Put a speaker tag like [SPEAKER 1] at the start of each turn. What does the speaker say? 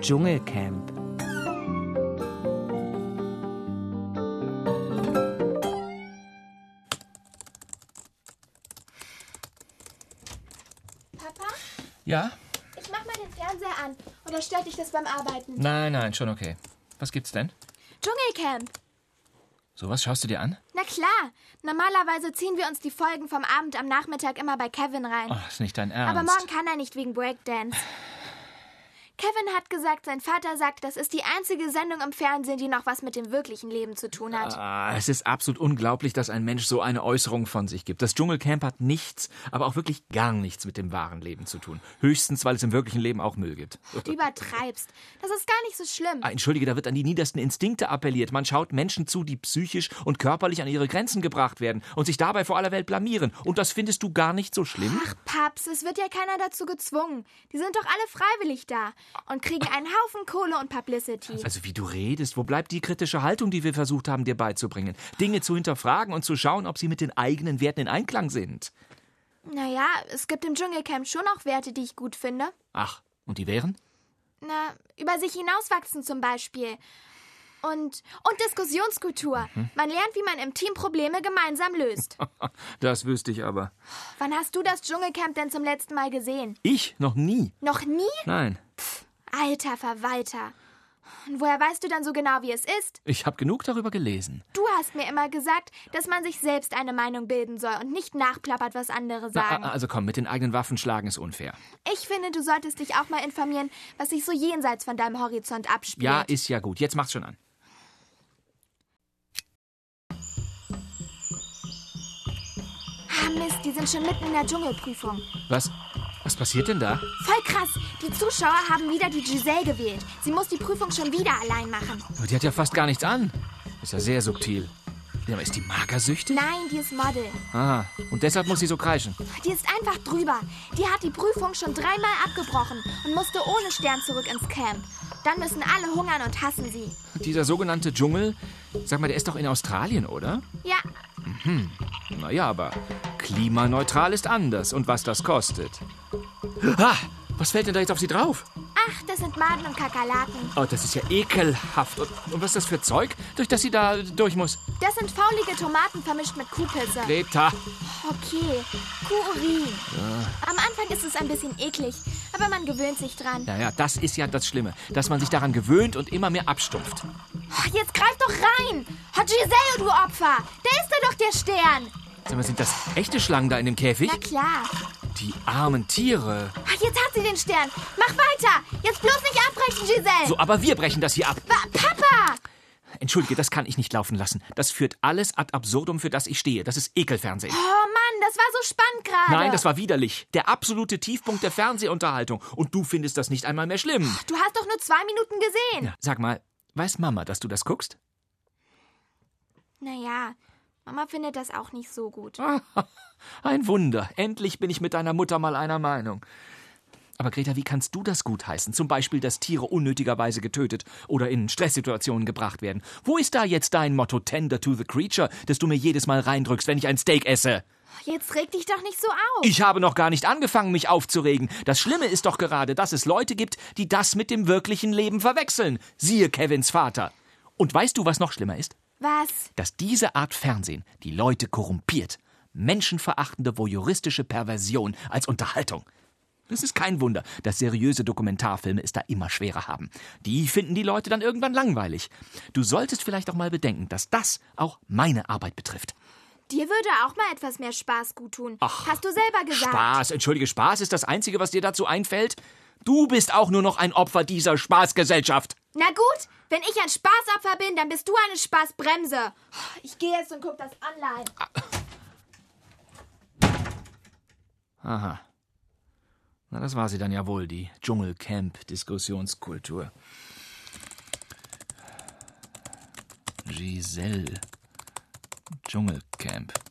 [SPEAKER 1] Dschungelcamp.
[SPEAKER 2] Papa,
[SPEAKER 3] Ja?
[SPEAKER 2] ich mach mal den Fernseher an. Oder stört dich das beim Arbeiten?
[SPEAKER 3] Nein, nein, schon okay. Was gibt's denn?
[SPEAKER 2] Dschungelcamp.
[SPEAKER 3] Sowas schaust du dir an?
[SPEAKER 2] Na klar. Normalerweise ziehen wir uns die Folgen vom Abend am Nachmittag immer bei Kevin rein.
[SPEAKER 3] Oh, ist nicht dein Ernst.
[SPEAKER 2] Aber morgen kann er nicht wegen Breakdance. Kevin hat gesagt, sein Vater sagt, das ist die einzige Sendung im Fernsehen, die noch was mit dem wirklichen Leben zu tun hat.
[SPEAKER 3] Ah, es ist absolut unglaublich, dass ein Mensch so eine Äußerung von sich gibt. Das Dschungelcamp hat nichts, aber auch wirklich gar nichts mit dem wahren Leben zu tun. Höchstens, weil es im wirklichen Leben auch Müll gibt.
[SPEAKER 2] Du übertreibst. Das ist gar nicht so schlimm.
[SPEAKER 3] Ah, Entschuldige, da wird an die niedersten Instinkte appelliert. Man schaut Menschen zu, die psychisch und körperlich an ihre Grenzen gebracht werden und sich dabei vor aller Welt blamieren. Und das findest du gar nicht so schlimm?
[SPEAKER 2] Ach, Paps, es wird ja keiner dazu gezwungen. Die sind doch alle freiwillig da und kriegen einen Haufen Kohle und Publicity.
[SPEAKER 3] Also wie du redest, wo bleibt die kritische Haltung, die wir versucht haben, dir beizubringen? Dinge zu hinterfragen und zu schauen, ob sie mit den eigenen Werten in Einklang sind.
[SPEAKER 2] Naja, es gibt im Dschungelcamp schon auch Werte, die ich gut finde.
[SPEAKER 3] Ach, und die wären?
[SPEAKER 2] Na, über sich hinauswachsen zum Beispiel. Und, und Diskussionskultur.
[SPEAKER 3] Mhm.
[SPEAKER 2] Man lernt, wie man im Team Probleme gemeinsam löst.
[SPEAKER 3] Das wüsste ich aber.
[SPEAKER 2] Wann hast du das Dschungelcamp denn zum letzten Mal gesehen?
[SPEAKER 3] Ich noch nie.
[SPEAKER 2] Noch nie?
[SPEAKER 3] Nein,
[SPEAKER 2] Alter Verwalter. Und woher weißt du dann so genau, wie es ist?
[SPEAKER 3] ich habe genug darüber gelesen.
[SPEAKER 2] Du hast mir immer gesagt, dass man sich selbst eine Meinung bilden soll und nicht nachplappert, was andere
[SPEAKER 3] Na,
[SPEAKER 2] sagen.
[SPEAKER 3] a- also komm, mit den eigenen Waffen schlagen ist unfair.
[SPEAKER 2] Ich finde, du solltest dich auch mal informieren, was sich so jenseits von deinem Horizont abspielt.
[SPEAKER 3] Ja, ist ja gut. Jetzt mach's schon an.
[SPEAKER 2] ah, Mist, die sind schon mitten in der Dschungelprüfung.
[SPEAKER 3] Was? Was passiert denn da?
[SPEAKER 2] Voll krass. Die Zuschauer haben wieder die Giselle gewählt. Sie muss die Prüfung schon wieder allein machen.
[SPEAKER 3] Aber Oh, Die hat ja fast gar nichts an. Ist ja sehr subtil. Ja, aber ist die magersüchtig?
[SPEAKER 2] Nein, die ist Model.
[SPEAKER 3] Aha. Und deshalb muss sie so kreischen.
[SPEAKER 2] Die ist einfach drüber. Die hat die Prüfung schon dreimal abgebrochen und musste ohne Stern zurück ins Camp. Dann müssen alle hungern und hassen sie.
[SPEAKER 3] Dieser sogenannte Dschungel, sag mal, der ist doch in Australien, oder?
[SPEAKER 2] Ja,
[SPEAKER 3] Naja, aber klimaneutral ist anders und was das kostet. Ha! Was fällt denn da jetzt auf sie drauf?
[SPEAKER 2] ach, das sind Maden und Kakerlaken.
[SPEAKER 3] Oh, das ist ja ekelhaft. Und, und was ist das für Zeug, durch das sie da durch muss?
[SPEAKER 2] Das sind faulige Tomaten vermischt mit Kuhpilze.
[SPEAKER 3] Greta,
[SPEAKER 2] Okay, Kuhurin. Am Anfang ist es ein bisschen eklig, aber man gewöhnt sich dran.
[SPEAKER 3] Naja, das ist ja das Schlimme, dass man sich daran gewöhnt und immer mehr abstumpft.
[SPEAKER 2] Oh, jetzt greif doch rein! Hat Giselle, du Opfer! Da ist da doch der Stern!
[SPEAKER 3] Sag mal, sind das echte Schlangen da in dem Käfig?
[SPEAKER 2] Na klar.
[SPEAKER 3] Die armen Tiere.
[SPEAKER 2] Ah, Jetzt hat sie den Stern. Mach weiter! Jetzt bloß nicht abbrechen, Giselle!
[SPEAKER 3] So, aber wir brechen das hier ab.
[SPEAKER 2] Pa Papa!
[SPEAKER 3] Entschuldige, das kann ich nicht laufen lassen. Das führt alles ad absurdum, für das ich stehe. Das ist Ekelfernsehen.
[SPEAKER 2] Oh Mann, das war so spannend gerade.
[SPEAKER 3] Nein, das war widerlich. Der absolute Tiefpunkt der Fernsehunterhaltung. Und du findest das nicht einmal mehr schlimm.
[SPEAKER 2] Du hast doch nur zwei Minuten gesehen.
[SPEAKER 3] Sag mal, weiß Mama, dass du das guckst?
[SPEAKER 2] Naja, Mama findet das auch nicht so gut.
[SPEAKER 3] Ah. Ein Wunder. Endlich bin ich mit deiner Mutter mal einer Meinung. Aber Greta, wie kannst du das gutheißen? Zum Beispiel, dass Tiere unnötigerweise getötet oder in Stresssituationen gebracht werden. Wo ist da jetzt dein Motto Tender to the Creature, das du mir jedes Mal reindrückst, wenn ich ein Steak esse?
[SPEAKER 2] Oh, Jetzt reg dich doch nicht so auf.
[SPEAKER 3] Ich habe noch gar nicht angefangen, mich aufzuregen. Das Schlimme ist doch gerade, dass es Leute gibt, die das mit dem wirklichen Leben verwechseln. Siehe Kevins Vater. Und weißt du, was noch schlimmer ist?
[SPEAKER 2] Was?
[SPEAKER 3] dass diese Art Fernsehen die Leute korrumpiert. Menschenverachtende, voyeuristische Perversion als Unterhaltung. Es ist kein Wunder, dass seriöse Dokumentarfilme es da immer schwerer haben. Die finden die Leute dann irgendwann langweilig. Du solltest vielleicht auch mal bedenken, dass das auch meine Arbeit betrifft.
[SPEAKER 2] Dir würde auch mal etwas mehr Spaß gut tun. hast du selber gesagt.
[SPEAKER 3] Spaß, entschuldige, Spaß ist das Einzige, was dir dazu einfällt? Du bist auch nur noch ein Opfer dieser Spaßgesellschaft.
[SPEAKER 2] Na gut, wenn ich ein Spaßopfer bin, dann bist du eine Spaßbremse. Oh, Ich gehe jetzt und guck das online.
[SPEAKER 3] Aha. Na, das war sie dann ja wohl, die Dschungelcamp-Diskussionskultur. Giselle. Dschungelcamp.